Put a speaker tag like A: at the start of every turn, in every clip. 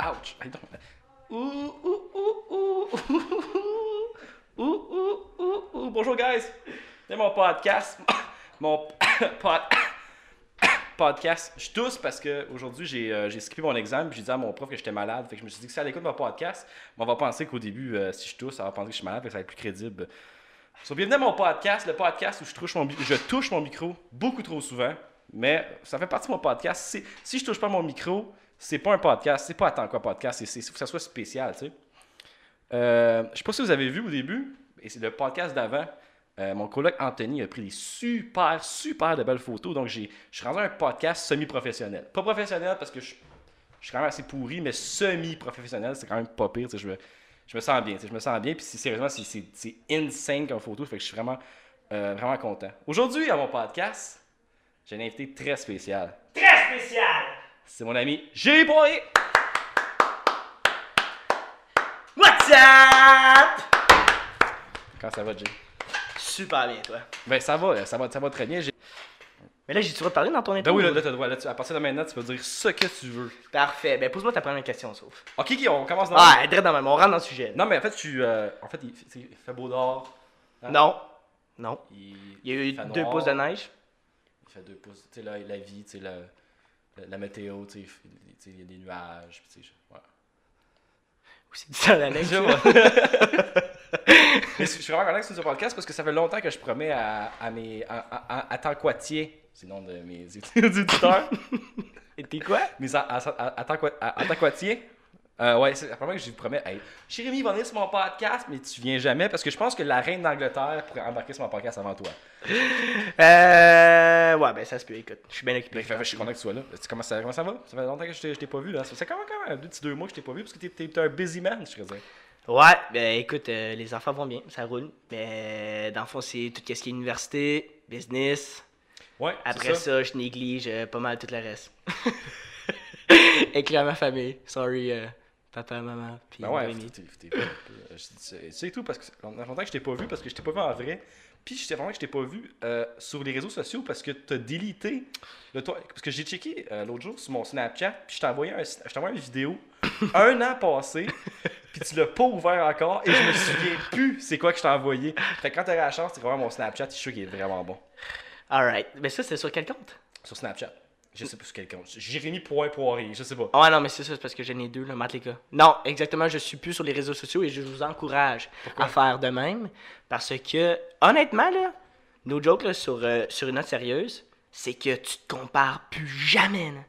A: ouch. I don't. Ouh, ouh, ouh, ouh, ouh, ouh, ouh, ouh, ouh. Bonjour, guys. C'est mon podcast. Mon pod- podcast. Je tousse parce que aujourd'hui j'ai euh, j'ai skippé mon examen puis j'ai dit à mon prof que j'étais malade. Fait que je me suis dit que si elle écoute mon podcast, on va penser qu'au début, euh, si je tousse, elle va penser que je suis malade. Fait que ça va être plus crédible. So, bienvenue à mon podcast, le podcast où je touche mon, mi- je touche mon micro beaucoup trop souvent, mais ça fait partie de mon podcast. Si, si je touche pas mon micro, c'est pas un podcast, c'est pas attends quoi podcast, c'est- c'est faut que ça soit spécial, tu sais. Euh, je sais pas si vous avez vu au début, et c'est le podcast d'avant. euh, mon collègue Anthony a pris des super, super de belles photos. Donc, j'ai, je suis rendu à un podcast semi-professionnel. Pas professionnel parce que je, je suis quand même assez pourri, mais semi-professionnel, c'est quand même pas pire. tu sais, Je me, je me sens bien. tu sais, Je me sens bien. Puis, c'est- sérieusement, c'est, c'est, c'est insane comme photo. Fait que je suis vraiment, euh, vraiment content. Aujourd'hui, à mon podcast, j'ai un invité très spécial.
B: Très spécial.
A: C'est mon ami Jerry Poirier.
B: What's up?
A: Quand ça va, Jerry?
B: Super bien, toi.
A: Ben, ça va, ça va, ça va très bien. J'ai-
B: Mais là, j'ai toujours parlé dans ton
A: Ben
B: intro.
A: oui, là, là, t'as le droit. Là, tu- à partir de maintenant, tu peux dire ce que tu veux.
B: Parfait. Ben, pose-moi ta première question, sauf.
A: Ok, ok, on commence dans.
B: Ah, direct dans même. On rentre dans le sujet.
A: Non, mais en fait, tu. euh, en fait, il, fait- il fait beau dehors. Non.
B: Non. Non.
A: Il,
B: Il y a eu
A: il fait
B: deux
A: noir,
B: pouces de neige.
A: Il fait deux pouces. Tu sais, là, la vie, tu sais, la, la, la météo, tu sais, il fait- tu sais, il y a des nuages. puis Tu sais, je- ouais.
B: Ou c'est du temps de la neige.
A: Je
B: ça?
A: Mais je suis vraiment content que tu nous aies podcast parce que ça fait longtemps que je promets à, à mes. à, à, à- à Tanquatier, c'est le nom de mes auditeurs.
B: Et T'es quoi?
A: Mais à, à, à, à Tanqua- à- à Tanquatier, euh, ouais, c'est la première que je vous promets. Hey, Jérémy il va venir sur mon podcast, mais tu viens jamais parce que je pense que la reine d'Angleterre pourrait embarquer sur mon podcast avant toi.
B: Euh. Ouais, ben, ça se peut. Écoute, je suis bien
A: Ah, Puis là,
B: occupé.
A: il fait, Ben, je suis content que tu sois là. Tu sais, Comment ça, comment ça va? Ça fait longtemps que je t'ai, je t'ai pas vu. Là. Ça fait quand même, quand même un petit deux mois que je t'ai pas vu parce que t'es, t'es- t'es un busy man, je dirais.
B: Ouais, ben, écoute, euh, les enfants vont bien. Ça roule. Mais dans le fond, c'est tout ce qui est université, business.
A: Ouais, c'est
B: Après ça.
A: ça.
B: je néglige euh, pas mal tout le reste. Incluant ma famille. Sorry, euh, papa, maman, puis
A: Ben ouais,
B: Noémie.
A: t'es- t'es- t'es- euh, je- c'est c'est tout parce que c'est- on a longtemps que je t'ai pas vu parce que je t'ai pas vu en vrai. Puis je sais vraiment que je t'ai pas vu euh, sur les réseaux sociaux parce que t'as délité le toi. Parce que j'ai checké euh, l'autre jour sur mon Snapchat, puis je t'ai envoyé, un, je t'ai envoyé une vidéo un an passé, puis tu l'as pas ouvert encore et je me souviens plus c'est quoi que je t'ai envoyé. Fait que quand t'auras la chance, tu vas voir mon Snapchat, je suis sûr qu'il est vraiment bon.
B: Alright. Mais ça, c'est sur quel compte?
A: Sur Snapchat. Je sais pas sur quel compte. Jérémy Point Poirier, je sais pas.
B: Ah ouais, non, mais c'est ça, c'est parce que j'en ai deux, là, mat les gars. Non, exactement, je suis plus sur les réseaux sociaux et je vous encourage à faire de même. Parce que, honnêtement, là, nos jokes, là, sur, euh, sur une note sérieuse, c'est que tu te compares plus jamais, là.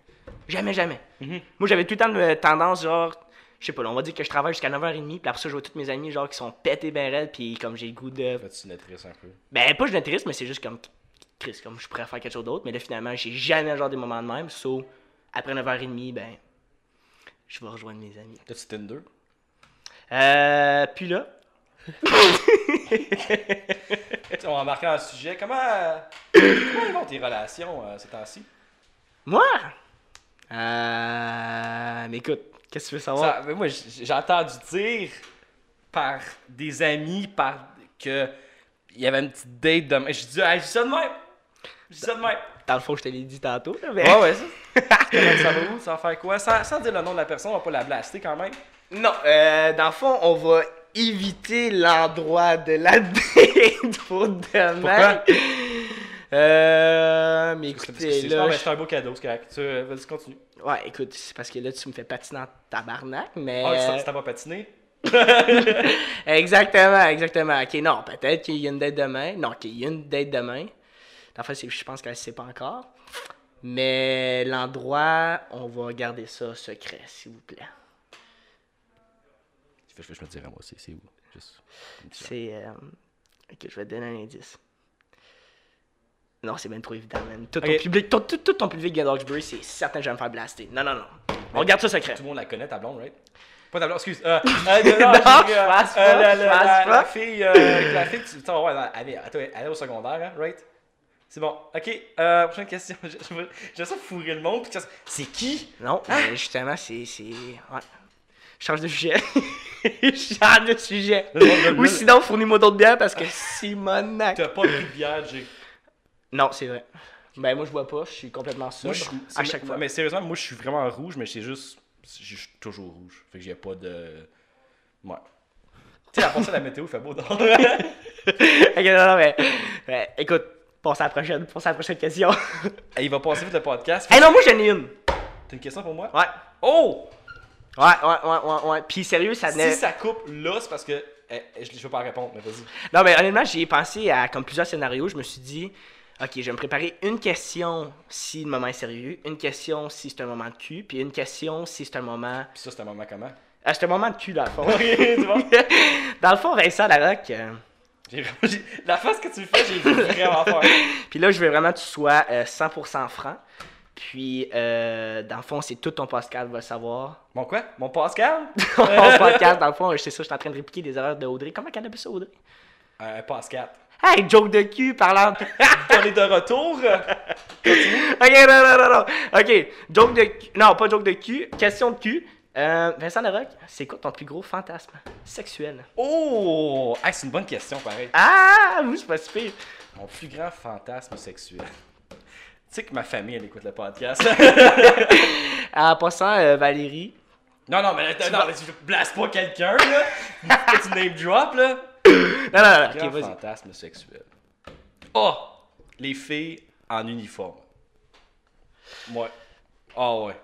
B: Jamais, jamais. Moi, j'avais tout le temps de euh, tendance, genre, je sais pas, là, on va dire que je travaille jusqu'à 9h30, puis après ça, je vois tous mes amis, genre, qui sont pétés ben raides, puis comme j'ai le goût de
A: Fais-tu notrice un peu?
B: Ben, pas je l'intéresse, mais c'est juste comme. Chris, comme je pourrais faire quelque chose d'autre. Mais là, finalement, j'ai jamais genre des moments de même. So, après 9h30, ben. Je vais rejoindre mes amis.
A: T'as-tu Tinder?
B: Euh. Puis là.
A: T'sais, On va embarquer dans le sujet. Comment, euh, comment vont tes relations euh, ces temps-ci?
B: Moi! Euh. Mais écoute, qu'est-ce que tu veux savoir?
A: Ça, mais moi, j- j'ai entendu dire par des amis par, que il y avait une petite date demain. Je dis, hey, je dis ça de même! Je dis ça de même!
B: Dans le fond, je te l'ai dit tantôt, là, mais.
A: Ouais, ouais, ça. Comment ça va où? Ça va faire quoi? Sans, sans dire le nom de la personne, on va pas la blaster quand même.
B: Non, euh, dans le fond, on va éviter l'endroit de la date pour demain.
A: Pourquoi?
B: Euh. Mais
A: Parce que
B: écoutez,
A: C'est
B: là.
A: non, mais
B: je-
A: c'est un beau cadeau, c'est correct. Tu, euh, vas-y, continue.
B: Ouais, écoute, c'est parce que là, tu me fais patiner en tabarnak, mais...
A: Ah, ça, ça t'a pas patiné?
B: exactement, exactement. OK, non, peut-être qu'il y a une date demain. Non, qu'il y a une date demain. En fait, c'est- je pense qu'elle ne sait pas encore. Mais l'endroit, on va garder ça secret, s'il vous plaît.
A: Je me dirais, moi aussi, c'est où? Juste.
B: C'est... euh, OK, je vais te donner un indice. Non, c'est bien trop évident, man. Tout,
A: Ok.
B: ton, public, tout, tout- tout ton public vient d'Oxbury, c'est certain que je vais me faire blaster. Non, non, non. On garde ça secret.
A: Tout le monde la connaît, ta blonde, right? Pas ta blonde, excuse. Euh, euh,
B: Non,
A: j'ai, euh,
B: je fasse
A: euh,
B: pas,
A: la,
B: je
A: la-
B: fasse
A: la-
B: pas.
A: la fille, euh, avec la fille, tu tu vas voir, elle est, attends, elle est au secondaire, hein, right? C'est bon. Ok, euh, prochaine question. Je- je- J'aime ça fourrer le monde. puis que ça- C'est qui?
B: Non, mais justement, c'est. c'est... Ouais. Change de sujet. Change de sujet.
A: Le monde Ah. veut le-
B: Ou sinon, fournis-moi d'autres bières parce que c'est mon acte.
A: T'as pas pris de bière, Jay.
B: Non, c'est vrai. Ben, moi, je bois pas, je suis complètement
A: Moi,
B: sobre
A: je suis-
B: à chaque
A: mais-
B: fois.
A: Mais sérieusement, moi, je suis vraiment rouge, mais c'est juste. je suis toujours rouge. Fait que j'ai pas de. Ouais. Tu sais, à part ça, la météo, il fait beau dehors.
B: Ok, non, non, mais, mais écoute, pense à la prochaine, pense à la prochaine question.
A: Et il va passer vite le podcast.
B: hey, non, moi j'en ai une.
A: T'as une question pour moi?
B: Ouais.
A: Oh!
B: Ouais, ouais, ouais, ouais, ouais. Puis sérieux, ça venait.
A: Si ça coupe là, c'est parce que. eh, eh, je, je vais pas répondre, mais vas-y.
B: Non, mais honnêtement, j'y ai pensé à comme plusieurs scénarios. Je me suis dit, ok, je vais me préparer une question si le moment est sérieux, une question si c'est un moment de cul, puis une question si c'est un moment.
A: Puis ça, c'est un moment comment?
B: Ah, c'est un moment de cul, dans le fond.
A: tu vois?
B: dans le fond, Vincent Larocque. euh,
A: J'ai vraiment- j'ai- La face que tu fais, j'ai vraiment peur.
B: Puis là, je veux vraiment que tu sois euh, 100% franc. Puis, euh, dans le fond, c'est tout ton Pascal va le savoir.
A: Mon quoi? Mon Pascal?
B: Mon podcast, dans le fond, c'est ça, je suis en train de répliquer des erreurs de Audrey. Comment qu'elle appelle ça, Audrey?
A: Un Euh, Pascal.
B: Hey, joke de cul, parlant.
A: On est de retour.
B: Ok, non, non, non, non. Ok, joke de cul. Non, pas joke de cul. Question de cul. Euh, Vincent Larocque, c'est quoi ton plus gros fantasme sexuel?
A: Oh! Ah, c'est une bonne question, pareil.
B: Ah, vous, c'est pas si pire.
A: Mon plus grand fantasme sexuel. Tu sais que ma famille, elle écoute le podcast.
B: En passant, euh, Valérie.
A: non, non, mais, non, mais tu blasse pas quelqu'un, là. tu name drop, là.
B: Non, non, non,
A: Grand
B: ok, vas-y.
A: fantasme sexuel. Oh! Les filles en uniforme. Ouais. Ah ouais.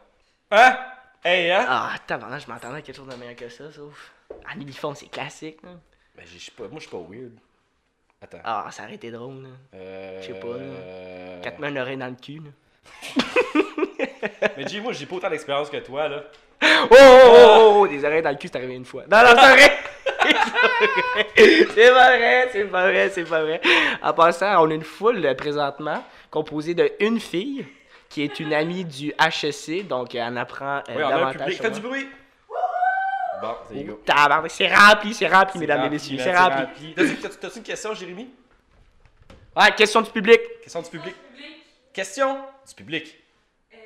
A: Hein? Hey, hein?
B: Ah, tabarnak, je m'attendais à quelque chose de meilleur que ça, sauf. En uniforme, c'est classique. là.
A: Ben, j'ai- je suis pas, moi, je suis pas weird. Attends.
B: Ah, ça aurait été drôle. Là.
A: Euh,
B: je sais pas, là.
A: euh,
B: Quatre mains, une oreille dans le cul. Là.
A: Mais dis moi, j'ai pas autant d'expérience que toi, là.
B: Oh, oh, oh, oh, oh, des oreilles dans le cul, c'est arrivé une fois. Non, non, c'est vrai! c'est pas vrai, c'est pas vrai, c'est pas vrai. En passant, on a une foule euh, présentement composée de une fille qui est une amie du HEC, donc euh, elle apprend euh,
A: Oui, on a un
B: davantage.
A: public.
B: sur
A: Fais
B: moi.
A: du bruit! Bon, c'est go.
B: Tabarnak, c'est rempli, c'est rempli, mesdames et
A: rempli,
B: messieurs,
A: là,
B: c'est rempli.
A: T'as-tu- t'as-tu- T'as-tu une question, Jérémy?
B: Ouais, question du public.
A: Question du public.
C: public.
A: Question du public.
C: Euh.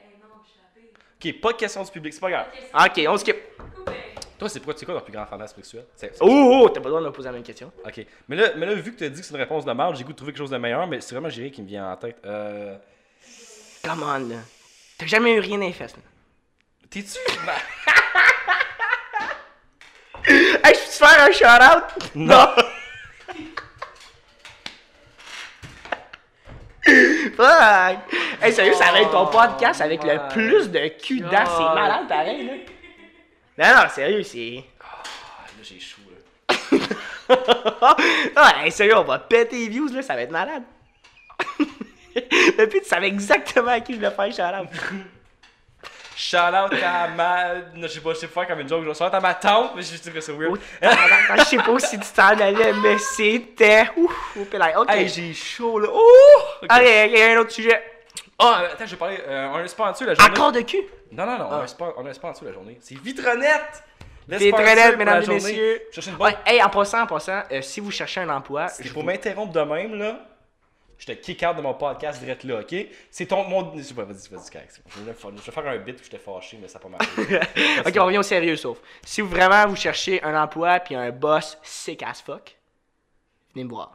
C: eh non, je suis rappée.
A: Ok, pas de question du public, c'est pas grave.
C: Question
B: Ok, on skip.
C: coupée.
A: Toi, c'est quoi, c'est quoi ton plus grand fantasme sexuel? C'est- c'est-
B: Oh, oh, t'as pas le droit de me poser la même question.
A: Ok. Mais là, mais là vu que t'as dit que c'est une réponse de merde, j'ai goût de trouver quelque chose de meilleur, mais c'est vraiment Jérémy qui me vient en tête. Euh.
B: Come on, là. T'as jamais eu rien dans les fesses, là.
A: T'es-tu.
B: Hey, je peux te faire un shout-out?
A: non!
B: Fuck! Hey, sérieux, ça va être ton
A: Oh
B: podcast avec
A: my
B: le plus de cul dedans. C'est
A: God.
B: malade, pareil, là. Non, non, sérieux, c'est.
A: Ah, là, j'ai chaud, là.
B: ah, hey, sérieux, on va péter les views, là, ça va être malade. Depuis, tu savais exactement à qui je voulais faire shout-out.
A: Shout out à ma. Non, je sais pas, je sais pas faire comme une joke. Shout out à ma tante, mais je sais que c'est weird. Euh,
B: Oh, tabarnak, Je sais pas si tu t'en allais, mais c'était. Ouf, ouf, là, ok.
A: Hey, j'ai chaud là. Oh! Ok. Ah,
B: Allez, il y a un autre sujet.
A: attends, j'ai parlé. euh, on a un sponsor la journée.
B: Encore Ah. de cul?
A: Non, non, non, on, a un sponsor, on a un sponsor la journée. C'est Vitronette! Le
B: Vitronette,
A: sponsor pour la
B: mesdames et
A: journée.
B: messieurs.
A: Je cherche une bonne.
B: Ouais, hey, en passant, en passant, euh, si vous cherchez un emploi,
A: Si
B: je
A: pour
B: vous-
A: m'interrompre de même, là, je te kick out de mon podcast direct là, ok? C'est ton. Mon... Je sais pas, vas-y, vas-y, c'est correct. c'est bon. Je vais, le faire- je vais faire un bit où j'étais fâché, mais ça n'a pas marché.
B: Ok, on revient au sérieux, sauf. Si vous vraiment vous cherchez un emploi puis un boss sick as fuck, venez me voir.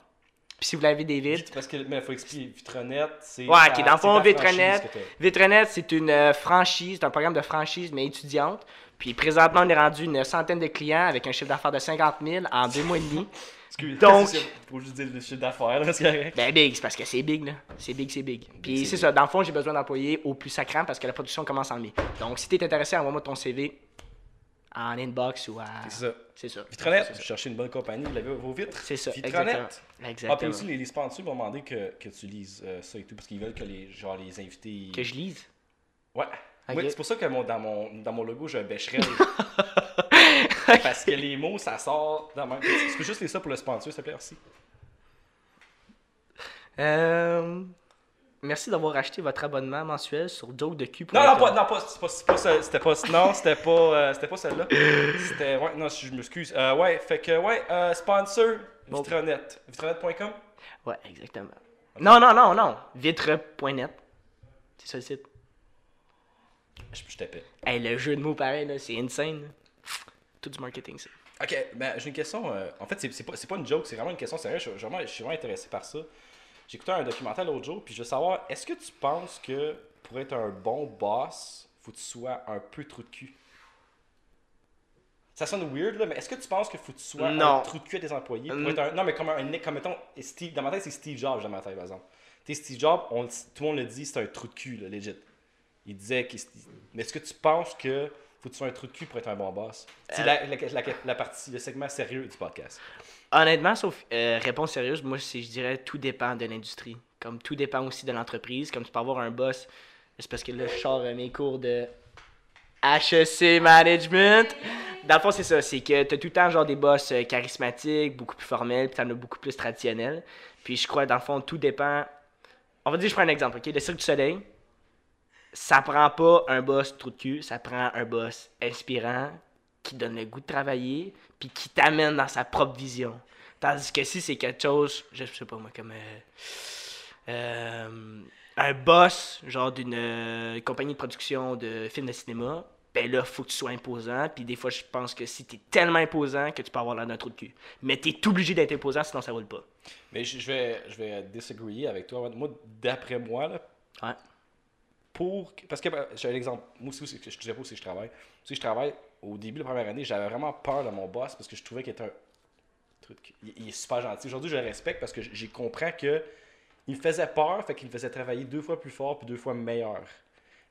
B: Puis si vous l'avez des vides,
A: Vite, parce que. Mais faut expliquer. Vitronette, c'est.
B: ouais,
A: ta-
B: ok, dans le
A: euh, c'est ta
B: fond,
A: franchise
B: Vitranet.
A: que t'as.
B: Vitranet, c'est une euh, franchise, c'est un programme de franchise, mais étudiante. Puis présentement, on est rendu une centaine de clients avec un chiffre d'affaires de 50 000 en deux mois et demi.
A: Excuse-
B: Donc-
A: Faut juste dire le chiffre d'affaires, là, c'est correct.
B: Ben, big, c'est parce que c'est big, là. C'est big, c'est big. Puis
A: c'est
B: c'est
A: big.
B: ça, dans le fond, j'ai besoin d'employés au plus sacrant parce que la production commence en mai. Donc, si t'es intéressé, envoie-moi ton CV en inbox ou à.
A: C'est ça.
B: C'est ça.
A: Vitronette, vous cherchez une bonne compagnie, vous l'avez vos vitres.
B: C'est ça,
A: Vitronette.
B: exactement.
A: Ah, puis
B: Exactement.
A: aussi, les, les sponsors vont demander que, que tu lises euh, ça et tout, parce qu'ils veulent que les, genre, les invités. ils-
B: Que je lise.
A: Ouais.
B: Ok.
A: Oui, c'est pour ça que mon, dans, mon, dans mon logo, j'ai un bécherel. parce que les mots, ça sort dans ma. Tu peux juste lire ça pour le sponsor, s'il te plaît, merci.
B: Euh, merci d'avoir acheté votre abonnement mensuel sur Joke de cul.
A: Non, non, pas, non, pas, c'est pas, c'est pas, ça- c'était pas, non, c'était pas, euh, c'était pas celle-là. C'était, ouais, non, je m'excuse. Euh, ouais, fait que, ouais, euh, sponsor,
B: Bon.
A: Vitronette. Vitronette.com.
B: Ouais, exactement. Non, non, non, non. Vitre.net. C'est ça le site.
A: Je, je t'appelle.
B: Hey, le jeu de mots pareil, là, c'est insane. là. Tout du marketing, ça.
A: Ok, ben j'ai une question. euh, en fait, c'est- c'est pas, c'est pas une joke, c'est vraiment une question sérieuse. Je, je- vraiment- je suis vraiment intéressé par ça. J'écoutais un documentaire l'autre jour, puis je veux savoir, est-ce que tu penses que pour être un bon boss, faut que tu sois un peu trou de cul. Ça sonne weird, là, mais est-ce que tu penses que faut que tu sois un
B: Non.
A: trou de cul à tes employés? pour
B: Mm.
A: être un- Non, mais comme un nec- comme mettons, Steve, dans ma tête, c'est Steve Jobs, dans ma tête, par exemple. Tu sais, Steve Jobs, on le- tout le monde le dit, c'est un trou de cul, là, legit. Il disait que. Mais est-ce que tu penses que faut que tu sois un trou de cul pour être un bon boss? C'est
B: Euh.
A: la, la- la- la partie, le segment sérieux du podcast.
B: Honnêtement, sauf euh, réponse sérieuse, moi c'est- je dirais tout dépend de l'industrie. Comme tout dépend aussi de l'entreprise. Comme tu peux avoir un boss, c'est parce que là je sors euh, mes cours de HEC Management. Dans le fond, c'est ça, c'est que t'as tout le temps genre des boss euh, charismatiques, beaucoup plus formels, puis t'en as beaucoup plus traditionnels. Puis je crois, dans le fond, tout dépend. On va dire, je prends un exemple, ok? Le Cirque du Soleil, ça prend pas un boss trou de cul, ça prend un boss inspirant, qui donne le goût de travailler, puis qui t'amène dans sa propre vision. Tandis que si c'est quelque chose, je sais pas moi, comme. euh, euh, un boss, genre d'une euh, compagnie de production de films de cinéma, ben là, faut que tu sois imposant. Puis des fois, je pense que si t'es tellement imposant que tu peux avoir l'air d'un trou de cul. Mais t'es obligé d'être imposant, sinon ça roule pas.
A: Mais je, je vais, je vais disagreer avec toi. Moi, d'après moi, là,
B: Ouais.
A: pour. que- Parce que ben, j'ai un exemple. Moi aussi, c'est que je te disais pas aussi que je travaille. Si je travaille, au début de la première année, j'avais vraiment peur de mon boss parce que je trouvais qu'il était un. truc- Il, il est super gentil. Aujourd'hui, je le respecte parce que j- j'ai compris que il me faisait peur, fait qu'il me faisait travailler deux fois plus fort puis deux fois meilleur.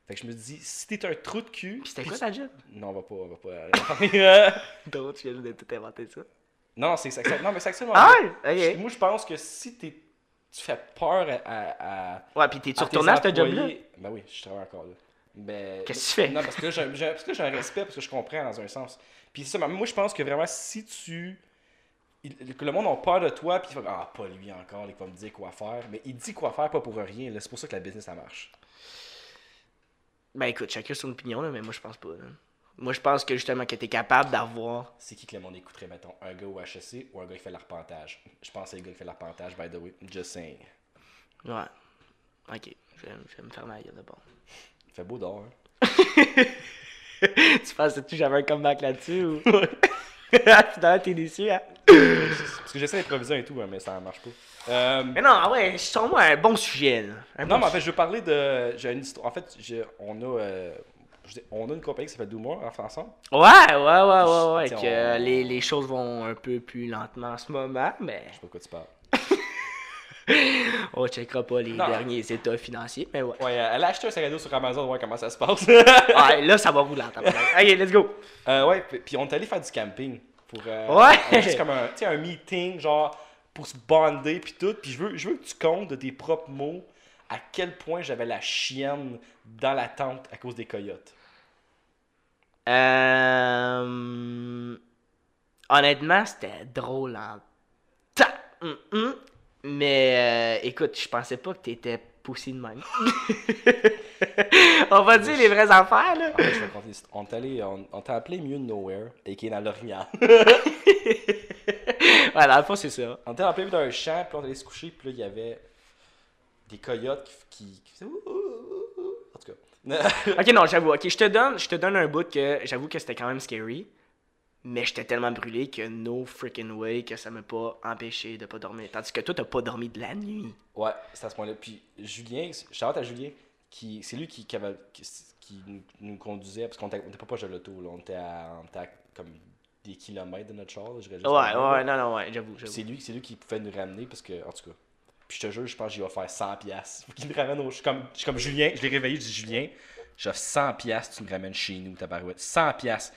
A: Fait que je me dis, si t'es un trou de cul.
B: Puis c'était
A: puis
B: quoi
A: tu-
B: ta job?
A: Non, on va pas. On va pas...
B: Donc, tu viens de tout inventer ça.
A: non, c'est c'est exact- Non, mais c'est actuellement.
B: Ah
A: Je-
B: ouais! Ok.
A: Moi, je pense que si t'es- tu fais peur à, à, à-
B: Ouais, puis t'es
A: à
B: sur tournage,
A: Ah, tes
B: ce job-là?
A: employés- Ben oui, je travaille encore là. Ben,
B: Qu'est-ce que tu fais?
A: Non, parce que là, j'ai un- j'ai un- parce que j'ai un respect, parce que je comprends dans un sens. Puis c'est ça, mais moi, je pense que vraiment, si tu. il- que le monde a peur de toi, puis il fait Ah, pas lui encore, il va me dire quoi faire. Mais il dit quoi faire, pas pour rien. là. C'est pour ça que la business, ça marche.
B: Ben écoute, chacun son opinion, là, mais moi je pense pas. là. Moi je pense que justement que t'es capable d'avoir.
A: C'est qui que le monde écouterait, mettons Un gars au HEC ou un gars qui fait l'arpentage Je pense que c'est le gars qui fait l'arpentage, by the way. Just saying.
B: Ouais. Ok, je vais, je vais me faire ma gueule de bon.
A: Il fait beau dehors. hein.
B: tu penses que j'avais un comeback là-dessus ou. Finalement, t'es déçu, hein?
A: Parce que j'essaie d'improviser et tout, hein, mais ça marche pas. Euh,
B: Mais non, ah ouais, sur moi un bon sujet, là. Un
A: Non,
B: bon
A: mais en fait, je veux parler de. J'ai une histoire. En fait, j'ai- on a. euh, je dis- on a une compagnie qui s'appelle Doomer en France.
B: su- Ouais, ouais, ouais, ouais,
A: Tiens,
B: ouais. Que
A: on-
B: les, les choses vont un peu plus lentement en ce moment, mais
A: Je sais pas de quoi tu parles.
B: on checkera pas les
A: Non.
B: derniers états financiers, mais ouais.
A: Ouais, euh, elle a acheté un sac à dos sur Amazon, voir comment ça se passe.
B: ouais là, ça va rouler en tabarnak. Allez, let's go!
A: Euh, ouais, puis- puis on est allé faire du camping. Pour, euh,
B: Ouais!
A: euh, Juste comme un, tu sais, un meeting, genre, pour se bonder, puis tout. Puis je veux, je veux que tu comptes de tes propres mots à quel point j'avais la chienne dans la tente à cause des coyotes.
B: Euh... Honnêtement, c'était drôle en ta- Hum, hum. Mais euh, écoute, je pensais pas que t'étais poussé de même. On va dire les vraies affaires, là.
A: En fait, je vais raconter l'histoire. On est allé- on- on t'a appelé Mieux de Nowhere, et qui est dans l'Orient.
B: Ouais, dans le fond, c'est ça.
A: On était en plein milieu d'un champ, puis on allait se coucher, puis là, il y avait des coyotes qui, qui, qui faisaient ouh, ouh, ouh, ouh. En tout cas.
B: Ok, non, j'avoue. Ok, je te donne, je te donne un bout que j'avoue que c'était quand même scary. Mais j'étais tellement brûlé que no freaking way que ça m'a pas empêché de pas dormir. Tandis que toi, t'as pas dormi de la nuit.
A: ouais, c'est à ce point-là. Puis Julien, shout à Julien, qui, c'est lui qui, qui, avait- qui- qui nous, nous conduisait, parce qu'on était, on était pas proche de l'auto, là. On était, à, on était à comme des kilomètres de notre char, là, je dirais juste
B: Ouais,
A: en haut, là.
B: ouais, non, non, ouais, j'avoue,
A: Puis
B: j'avoue.
A: C'est lui, c'est lui qui pouvait nous ramener, parce que, en tout cas. Puis je te jure, je pense que j'ai offert 100 piastres. Faut qu'il me ramène au... Je suis comme, je suis comme Julien, je l'ai réveillé, je dis Julien, j'offre 100 piastres, tu me ramènes chez nous, tabarouette. 100 piastres.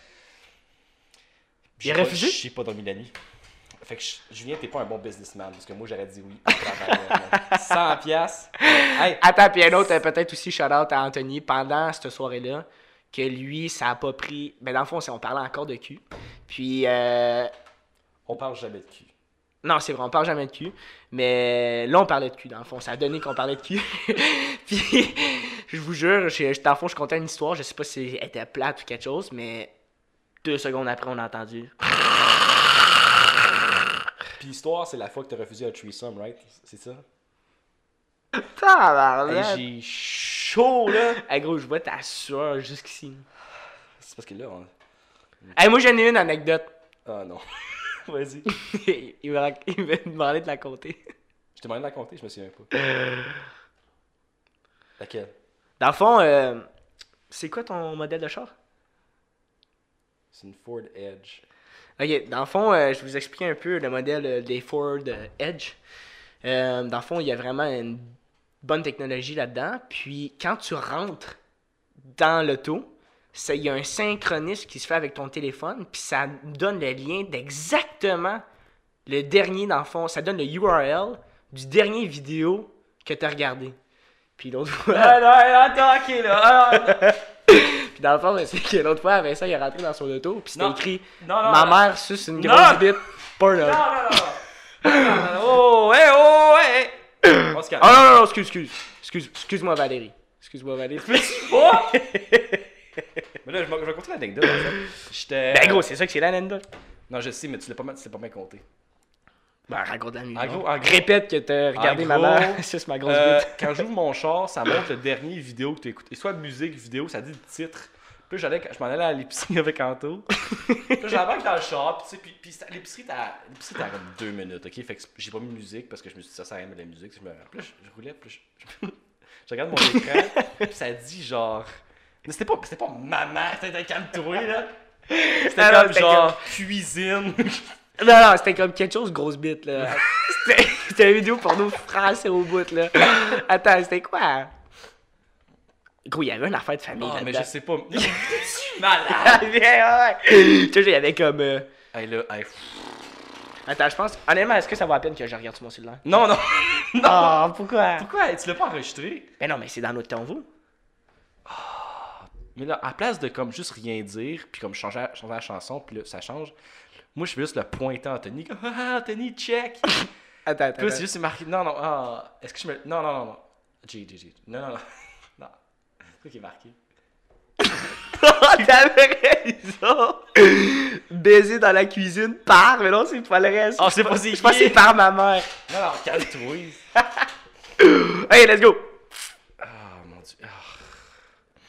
B: Il a
A: J'ai pas-
B: refusé?
A: J'ai pas dormi la nuit. Fait que je- Julien, t'es pas un bon businessman, parce que moi, j'aurais dit oui. tabarouette, 100 piastres. Hey,
B: Attends, puis un autre, euh, peut-être aussi shout-out à Anthony pendant cette soirée-là, que lui, ça a pas pris. Mais dans le fond, c'est- on parlait encore de cul. Puis, euh,
A: on parle jamais de cul.
B: non, c'est vrai, on parle jamais de cul. Mais là, on parlait de cul, dans le fond. Ça a donné qu'on parlait de cul. puis, je vous jure, je, je- dans le fond, je contais une histoire. Je sais pas si elle était plate ou quelque chose, mais deux secondes après, on a entendu.
A: Puis l'histoire, c'est la fois que t'as refusé un threesome, right? C'est ça? Hey,
B: Tabarnak!
A: j'ai chaud, là!
B: Hey, gros, je vois ta sueur jusqu'ici.
A: C'est parce que là, on...
B: Hey, moi, j'en ai une anecdote.
A: Ah non. Vas-y.
B: il m'a il m'a demandé de la compter.
A: Je t'ai demandé de la compter, je me souviens pas. Laquelle
B: Dans le fond, euh, C'est quoi ton modèle de char?
A: C'est une Ford Edge.
B: Ok, dans le fond, euh, je vous explique un peu le modèle euh, des Ford euh, Edge. Euh, dans le fond, il y a vraiment une bonne technologie là-dedans. Puis quand tu rentres dans l'auto, ça- il y a un synchronisme qui se fait avec ton téléphone, puis ça donne le lien d'exactement le dernier, dans le fond, ça donne le URL du dernier vidéo que tu as regardé. Puis l'autre fois,
A: Ah non, attends, ok là. Ah, non,
B: puis dans le fond, c'est que l'autre fois, Vincent, il est rentré dans son auto, puis c'était
A: Non.
B: écrit
A: non, non,
B: Ma
A: non.
B: mère suce
A: Ah.
B: une
A: Non.
B: grosse bite,
A: Non,
B: porno.
A: non, non. non. non, non. Oh, hey, oh, hey. hey. On se calme.
B: Ah non, non, non, excuse, excuse. Excuse- Excuse-moi, Valérie. Excuse-moi, Valérie. Ben,
A: Fais-tu pas? mais là, je vais je vais continuer l'anecdote. en fait. J'étais.
B: Ben gros, c'est ça que c'est l'anecdote.
A: Non, je sais, mais tu l'as pas mal, tu l'as pas bien compté.
B: Ben raconte la nuit.
A: En gros, en gros-
B: Répète que t'as regardé
A: En
B: ma
A: gros,
B: mère. C'est ma grosse
A: Euh,
B: bite.
A: quand j'ouvre mon char, ça montre le dernier vidéo que tu écoutes. Et soit musique, vidéo, ça dit le titre. Puis là, j'allais, je m'en allais à l'épicerie avec Anto. puis là, j'embarque dans le char, puis tu sais, puis, puis ça- l'épicerie, t'as, l'épicerie, t'as comme deux minutes, ok? Fait que j'ai pas mis de musique parce que je me suis dit, ça sert à rien de mettre de la musique. Puis je me- puis là, je, je roulais, puis là, je, je- je regarde mon écran, puis ça dit genre. Mais c'était pas, c'était pas maman, c'était calme-toi, là. C'était
B: Ah non,
A: comme
B: c'était
A: genre cuisine. Ah,
B: Non, non, c'était comme quelque chose, grosse bite, là. C'était- c'était une vidéo porno français au bout, là. Attends, c'était quoi? Gros, il y avait une affaire de famille
A: Non, Ah, mais
B: là-dedans.
A: je sais pas. Je suis malade.
B: Ah, bien, ouais. Tu sais, il y avait comme... euh,
A: Hey, là, hey, pff.
B: Attends, je pense... Honnêtement, est-ce que ça vaut la peine que je regarde sur mon cellulaire?
A: Non, non.
B: Ah, pourquoi?
A: Pourquoi tu l'as pas enregistré?
B: Mais non, mais c'est dans notre cerveau.
A: Mais là, à place de comme juste rien dire, puis comme changer, changer la chanson, puis là, ça change, moi, je fais juste le pointer à Anthony, comme « Ah, Anthony, check! »
B: Attends, attends.
A: Puis là, c'est juste c'est marqué « Non, non, ah, est-ce que je me... Non, non, non, non. J'ai, j'ai, j'ai. Non, non, non. Non. C'est quoi qui est marqué?
B: Oh, T'avais raison! Baiser dans la cuisine par, mais non, c'est pas le reste.
A: Ah, c'est pas
B: Je pense que c'est par ma mère.
A: Non, non, calme-toi.
B: Hey, let's go!
A: Ah, mon Dieu. Ah.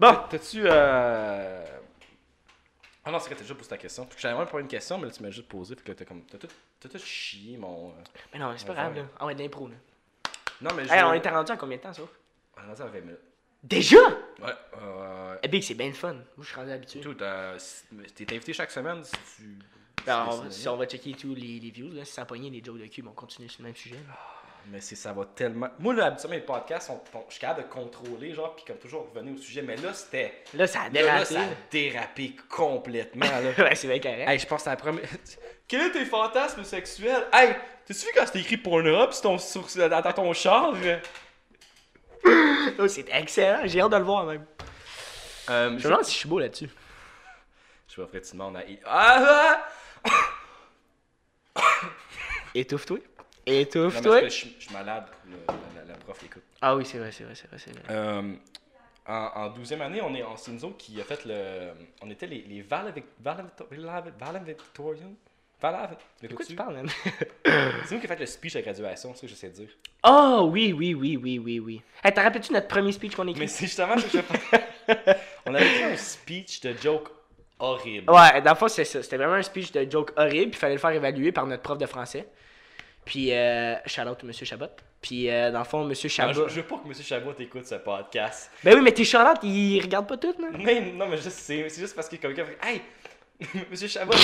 A: Bon, t'as-tu... Euh... Ah non, c'est que t'as déjà posé ta question. Parce que J'avais même pas une question, mais là, tu m'as juste posé, puis que t'as comme... T'as tout, t'as tout chié, mon... euh,
B: Mais non, c'est pas
A: Ouais,
B: grave,
A: ouais.
B: là. Ah ouais, de l'impro, là.
A: Non, mais je... Ah,
B: Hey, on était rendu à combien de temps, ça?
A: On est rendu à 20 minutes.
B: Déjà?
A: Ouais, euh...
B: Eh, Big, c'est bien le fun. Moi, je suis rendu habitué.
A: Tout, euh, si- mais t'es invité chaque semaine si tu.
B: Ben,
A: si
B: on-
A: tu-
B: si on va checker tous les, les views, là, si ça pognait les jokes de cul, ben, on continue sur le même sujet. là.
A: Mais c'est ça va tellement. Moi, là, habituellement, mes podcasts, sont, sont- je suis capable de contrôler, genre, puis comme toujours, revenir au sujet. Mais là, c'était.
B: Là, ça a
A: Là, là,
B: dérapé.
A: ça a dérapé complètement, là.
B: ouais, c'est bien correct.
A: hey, je pense que c'est la première. Quel est tes fantasmes sexuels? Hey, t'as-tu vu quand c'était écrit Pornhub sur ton, sur, dans dans ton char?
B: Euh, Oh, c'est excellent, j'ai hâte de le voir, même.
A: Euh,
B: Je me demande si je suis beau là-dessus.
A: Je vais offrir tout le monde à. Ah,
B: Étouffe-toi.
A: ah! Non, mais parce
B: Étouffe-toi.
A: que je suis- je suis malade. le- la- la- la prof écoute.
B: Ah oui, c'est vrai, c'est vrai, c'est vrai, c'est vrai.
A: Euh, en, en 12e année, on est en c'est nous autres qui a fait le. On était les, les Valedictorian.
B: De quoi tu parles, même?
A: C'est nous qui a fait le speech à graduation, c'est ce que j'essaie de dire.
B: Ah oui, oui, oui, oui, oui, oui. Hey, t'as rappelé-tu notre premier speech qu'on a
A: Mais
B: écrit?
A: c'est justement ce que je fais. on avait fait un speech de joke horrible.
B: Ouais, dans le fond, c'est ça. C'était vraiment un speech de joke horrible, puis fallait le faire évaluer par notre prof de français. Puis, euh, shout-out à Monsieur Chabot. Puis, euh, dans le fond, Monsieur
A: Non,
B: Chabot...
A: Ah, je, je veux pas que M. Chabot écoute ce podcast.
B: Ben oui, mais tes shout ils regardent pas tout, non?
A: Mais, non, mais je sais, c'est juste parce que quelqu'un fait Hey, M. Chabot,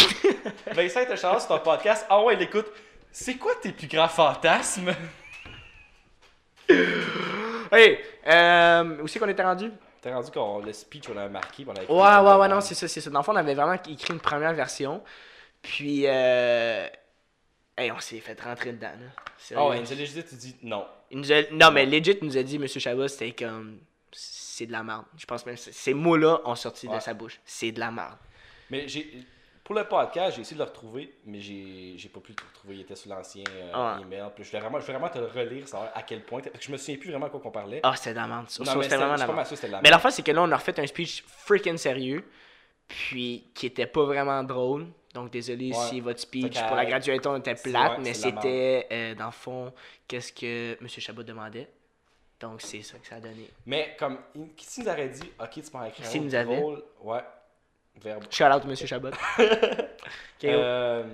A: Vincent, t'as chance sur ton podcast. Ah ouais, il écoute. C'est quoi tes plus grands fantasmes?
B: Hey, euh, où c'est qu'on était rendu?
A: T'as rendu qu'on le speech, on l'avait marqué. puis on l'avait écrit
B: Ouais, ouais, ouais,
A: complètement.
B: non, c'est ça, c'est ça. Dans le fond, on avait vraiment écrit une première version. Puis, euh... Hey, on s'est fait rentrer dedans, là. Sérieux.
A: Ah ouais, Angela Judith, tu dis non.
B: Il nous a- Non, mais legit, il nous a dit, Monsieur Chabot, c'était comme. C'est de la merde. Je pense même que c- ces mots-là ont sorti de
A: Ouais.
B: sa bouche. C'est de la merde.
A: Mais j'ai. Pour le podcast, j'ai essayé de le retrouver, mais j'ai j'ai pas pu le retrouver. Il était sur l'ancien euh,
B: Ah ouais.
A: email. Puis je voulais vraiment, je voulais vraiment te le relire, savoir à quel point. t'es- Parce que je me souviens plus vraiment à quoi qu'on parlait.
B: Ah, c'était de la merde. Ça,
A: Non,
B: ça,
A: mais
B: c'était
A: c'était-
B: vraiment de
A: je
B: la
A: suis pas
B: merde.
A: mal sûr que c'était de la
B: Mais
A: merde.
B: l'affaire, c'est que là, on a refait un speech freaking sérieux, puis qui était pas vraiment drôle. Donc, désolé
A: Ouais.
B: si votre speech
A: qu'à-
B: pour la graduation était
A: C'est-
B: plate,
A: ouais,
B: mais
A: c'est de la
B: c'était, euh, dans le fond, qu'est-ce que Monsieur Chabot demandait. Donc, c'est ça que ça a donné.
A: Mais comme, il- qui s'il nous aurait dit, ok, tu m'as écrit un
B: S'il
A: autre
B: nous avait.
A: drôle, ouais, verbe.
B: Shout out, Monsieur Chabot. K.O.
A: Euh,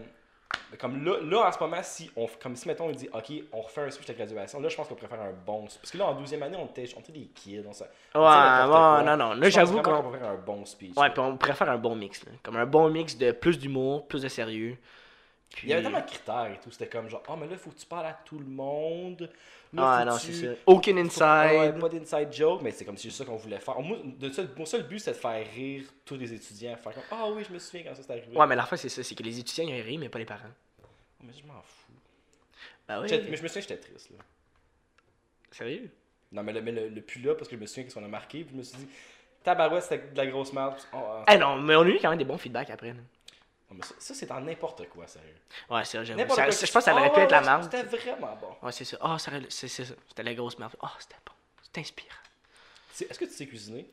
A: Comme là, là, en ce moment, si on, f- comme si, mettons, on dit, OK, on refait un switch de graduation, là, je pense qu'on pourrait faire un bon speech. Parce que là, en 12e année, on était, on était des kids. On, sa- on
B: Ouais,
A: disait n'importe quoi.
B: ouais, non, non.
A: Je
B: Là,
A: pense
B: j'avoue
A: vraiment
B: qu'on-
A: pourrait faire un bon speech.
B: Ouais, puis on pourrait faire un bon mix. là. Comme un bon mix de plus d'humour, plus de sérieux. Puis-
A: Il y avait tellement de critères et tout. C'était comme genre, ah, mais là, faut que tu parles à tout le monde. Là,
B: Ah
A: faut
B: non,
A: que
B: c'est
A: tu-
B: ça. Aucun
A: faut- ouais,
B: inside.
A: pas d'inside joke, mais c'est comme si c'est ça qu'on voulait faire. Moi, de seul- mon seul but, c'est de faire rire tous les étudiants. Faire comme, ah oui, je me souviens quand ça s'est arrivé.
B: Ouais, mais la fois, c'est ça. C'est que les étudiants, ils rient, mais pas les parents.
A: Mais je m'en fous.
B: Bah oui.
A: J'étais- Mais je me souviens, que j'étais triste. Là.
B: Sérieux?
A: Non, mais le, mais le, le plus là, parce que je me souviens qu'est-ce qu'on a marqué. Puis je me suis dit, tabarouette, c'était de la grosse merde. Oh, oh,
B: Eh non, mais on a eu quand même des bons feedbacks après. là.
A: non, mais ça, ça, c'est dans n'importe quoi, sérieux.
B: Ouais, c'est vrai, j'avoue.
A: N'importe
B: Ça-
A: quoi.
B: ça- Je pense que ça aurait
A: Ah,
B: pu
A: ouais,
B: être la
A: ouais,
B: marque.
A: C'était vraiment bon.
B: Ouais, c'est ça. Ah, ça aurait- c'est c'est ça. C'était la grosse merde. Ah, c'était bon. C'était inspirant.
A: C'est- Est-ce que tu sais cuisiner?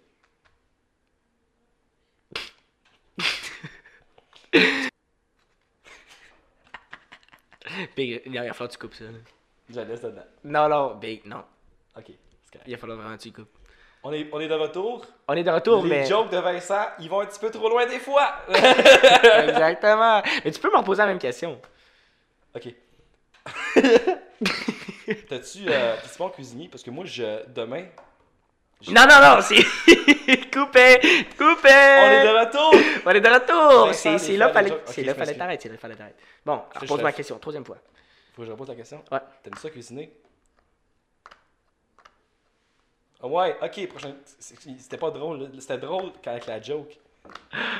B: Big, il va falloir que tu coupes ça. là.
A: Je la laisse dedans.
B: Non, non, Big, non.
A: Ok, c'est correct.
B: Il va falloir vraiment que tu coupes.
A: On est, on est de retour.
B: On est de retour,
A: Les
B: Oh, mais.
A: jokes de Vincent, ils vont un petit peu trop loin des fois.
B: Exactement. Mais tu peux m'en poser la même question.
A: ok. T'as-tu. Euh, t'es bon cuisinier? Parce que moi, je demain. Je-
B: Non, non, non, c'est. coupé!
A: On est
B: Coupé!
A: de retour!
B: On est de retour!
A: Ouais,
B: C'est
A: ça,
B: c'est
A: des
B: là
A: fois, les
B: fallait
A: gens- Ok,
B: c'est là
A: je
B: fallait
A: m'excuse.
B: t'arrêter, là fallait t'arrêter. Bon,
A: Je- je
B: pose ma
A: fais-
B: question, troisième fois.
A: Faut que je repose la question.
B: Ouais.
A: T'aimes ça cuisiner? Ah ouais, ok, prochain. c'est- c'est- C'était pas drôle, là. c'était drôle quand- avec la joke.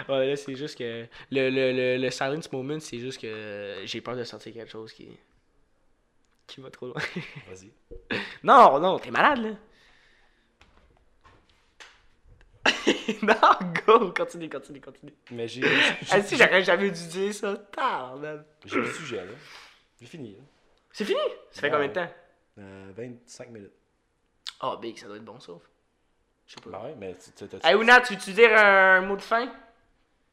B: Ouais, là, c'est juste que. Le, le, le, le silence moment, c'est juste que j'ai peur de sortir quelque chose qui. qui va trop loin.
A: Vas-y.
B: non, non, t'es malade, là! non, go! Continue, continue, continue.
A: Mais j'ai.
B: Ah,
A: j'ai-
B: si, j'aurais jamais dû dire ça. Tard, man.
A: J'ai le sujet, là. J'ai fini, là.
B: C'est fini? Ça fait
A: Ouais.
B: combien de temps?
A: Euh, 25 minutes.
B: Ah, Big, ça doit être bon, sauf. Je sais pas.
A: Bah ouais, mais tu- tu- t'as.
B: Hey, Ouna, tu veux-tu dire un mot de fin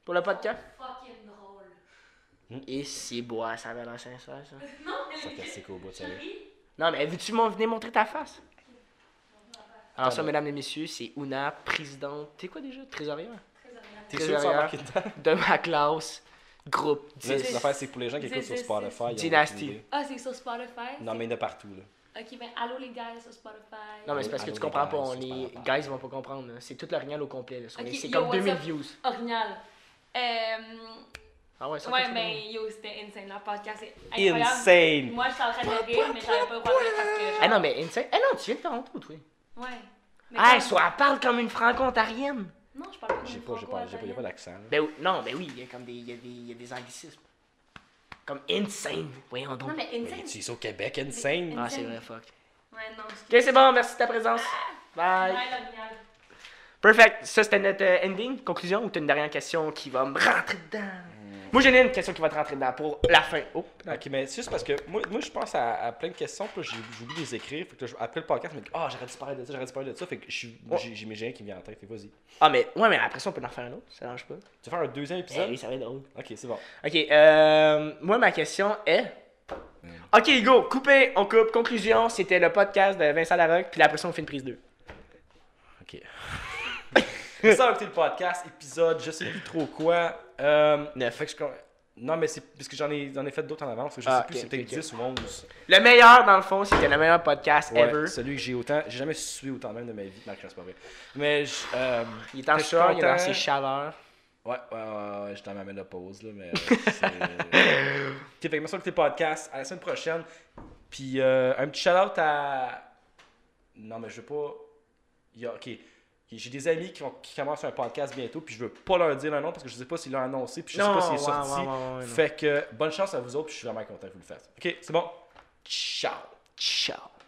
B: pour le podcast?
C: Fucking drôle.
B: Et c'est bois, ça avait l'air sincère, ça.
C: Non, mais.
A: Sarcastique au bout,
C: Je
A: sérieux.
C: ris.
B: Non, mais veux-tu m'en venir montrer ta face? Alors ça,
A: Attends,
B: mesdames et messieurs, c'est Ouna, présidente, t'es quoi déjà? Trésorière?
C: Très agréable.
A: T'es sûr que ça a
B: Trésorière.
A: marqué dedans?
B: De ma classe, groupe
A: Là,
B: 10.
A: l'affaire, c'est que pour les gens qui
C: Dix,
A: écoutent sur
C: dix,
A: Spotify. ils ont
B: Dynasty.
A: aucune idée.
C: Ah, c'est sur Spotify?
A: Non, mais il y en a partout, là.
C: Ok, ben allô les gars sur Spotify.
B: Non, mais c'est parce que
A: Allô,
B: tu
A: les
B: comprends
A: guys,
B: pas, on
A: c'est
B: est...
A: pas grave.
B: Guys, ils vont pas comprendre, là. c'est toute l'orignal au complet. là. On
C: Ok,
B: est- C'est
C: yo,
B: comme
C: what's
B: 2000
C: up?
B: views.
C: Original. Euh,
B: Ah ouais, ça
C: ouais,
B: continue.
C: mais yo, c'était insane. Leur podcast, c'est incroyable.
A: Insane!
C: Moi, j'étais en train de rire, mais j'avais pas le droit de rire parce que. genre-
B: Ah non, mais insane. Ah non, tu viens de Toronto, toi.
C: Ouais. Mais
B: Ah,
C: comme-
B: soit elle parle comme une franco-ontarienne.
C: Non, je parle pas de
A: J'ai pas, j'ai pas, j'ai pas, y a pas d'accent, là.
B: Ben oui- non, ben oui, il y a comme des, il y a des, il y a des anglicismes. Comme insane. Voyons donc.
C: Non, mais
A: Mais
C: insane.
A: tu es au Québec, insane!
B: Ah, c'est vrai, fuck.
C: Ouais, non.
B: Ok, c'est bon, merci de ta présence. Bye.
C: Ouais, l'orignal.
B: Perfect. Ça, c'était notre euh, ending, conclusion, ou t'as une dernière question qui va me rentrer dedans? Moi, j'en ai une question qui va te rentrer dedans pour la fin. Oh,
A: Ok, mais c'est juste parce que moi, moi je pense à, à plein de questions, puis là, j'ai- j'oublie de les écrire. Fait que là, je- après le podcast, je me dis, ah, j'aurais dû parler de ça, j'aurais dû parler de ça. Fait que je suis-
B: Ouais.
A: j'ai j'ai mes géants qui me viennent en tête. Fait que vas-y. Tu
B: Ah, mais, ouais, mais après ça, on peut en faire un autre, ça change pas.
A: veux faire un deuxième
B: Eh
A: épisode?
B: oui, ça va être drôle.
A: Ok, c'est bon.
B: Ok, euh, moi, ma question est. Ok, go, coupé, on coupe. Conclusion, c'était le podcast de Vincent Larocque, puis là, après ça, on fait une prise 2.
A: Ok. ça a été le podcast, épisode, je sais plus trop quoi. Euh,
B: Neuf.
A: Fait que je com- Non, mais c'est parce que j'en ai, j'en ai fait d'autres en avance. Fait que je
B: Ah,
A: sais plus,
B: ok,
A: c'est peut-être
B: ok, ok.
A: 10 ou 11.
B: Le meilleur, dans le fond, c'était le meilleur podcast
A: Ouais,
B: ever.
A: celui que j'ai autant. J'ai jamais sué autant même de ma vie. Non, c'est pas vrai. Mais je. euh,
B: Il est
A: fait
B: en
A: que je suis
B: sueur, il est dans
A: content.
B: ses chaleurs.
A: Ouais, ouais, ouais, ouais, j'étais en ma ménopause, là, mais. euh, c'est- ok, fait que merci pour tes podcasts. À la semaine prochaine. Puis euh, un petit shout-out à. Non, mais je veux pas. Il y a- Ok. J'ai des amis qui, ont- qui commencent un podcast bientôt, puis je veux pas leur dire un nom parce que je sais pas s'ils l'ont annoncé, puis je sais
B: Non,
A: pas s'il est
B: ouais,
A: sorti.
B: ouais, ouais, ouais, non.
A: fait que bonne chance à vous autres, puis je suis vraiment content que vous le fassiez. Ok, c'est bon. Ciao!
B: Ciao.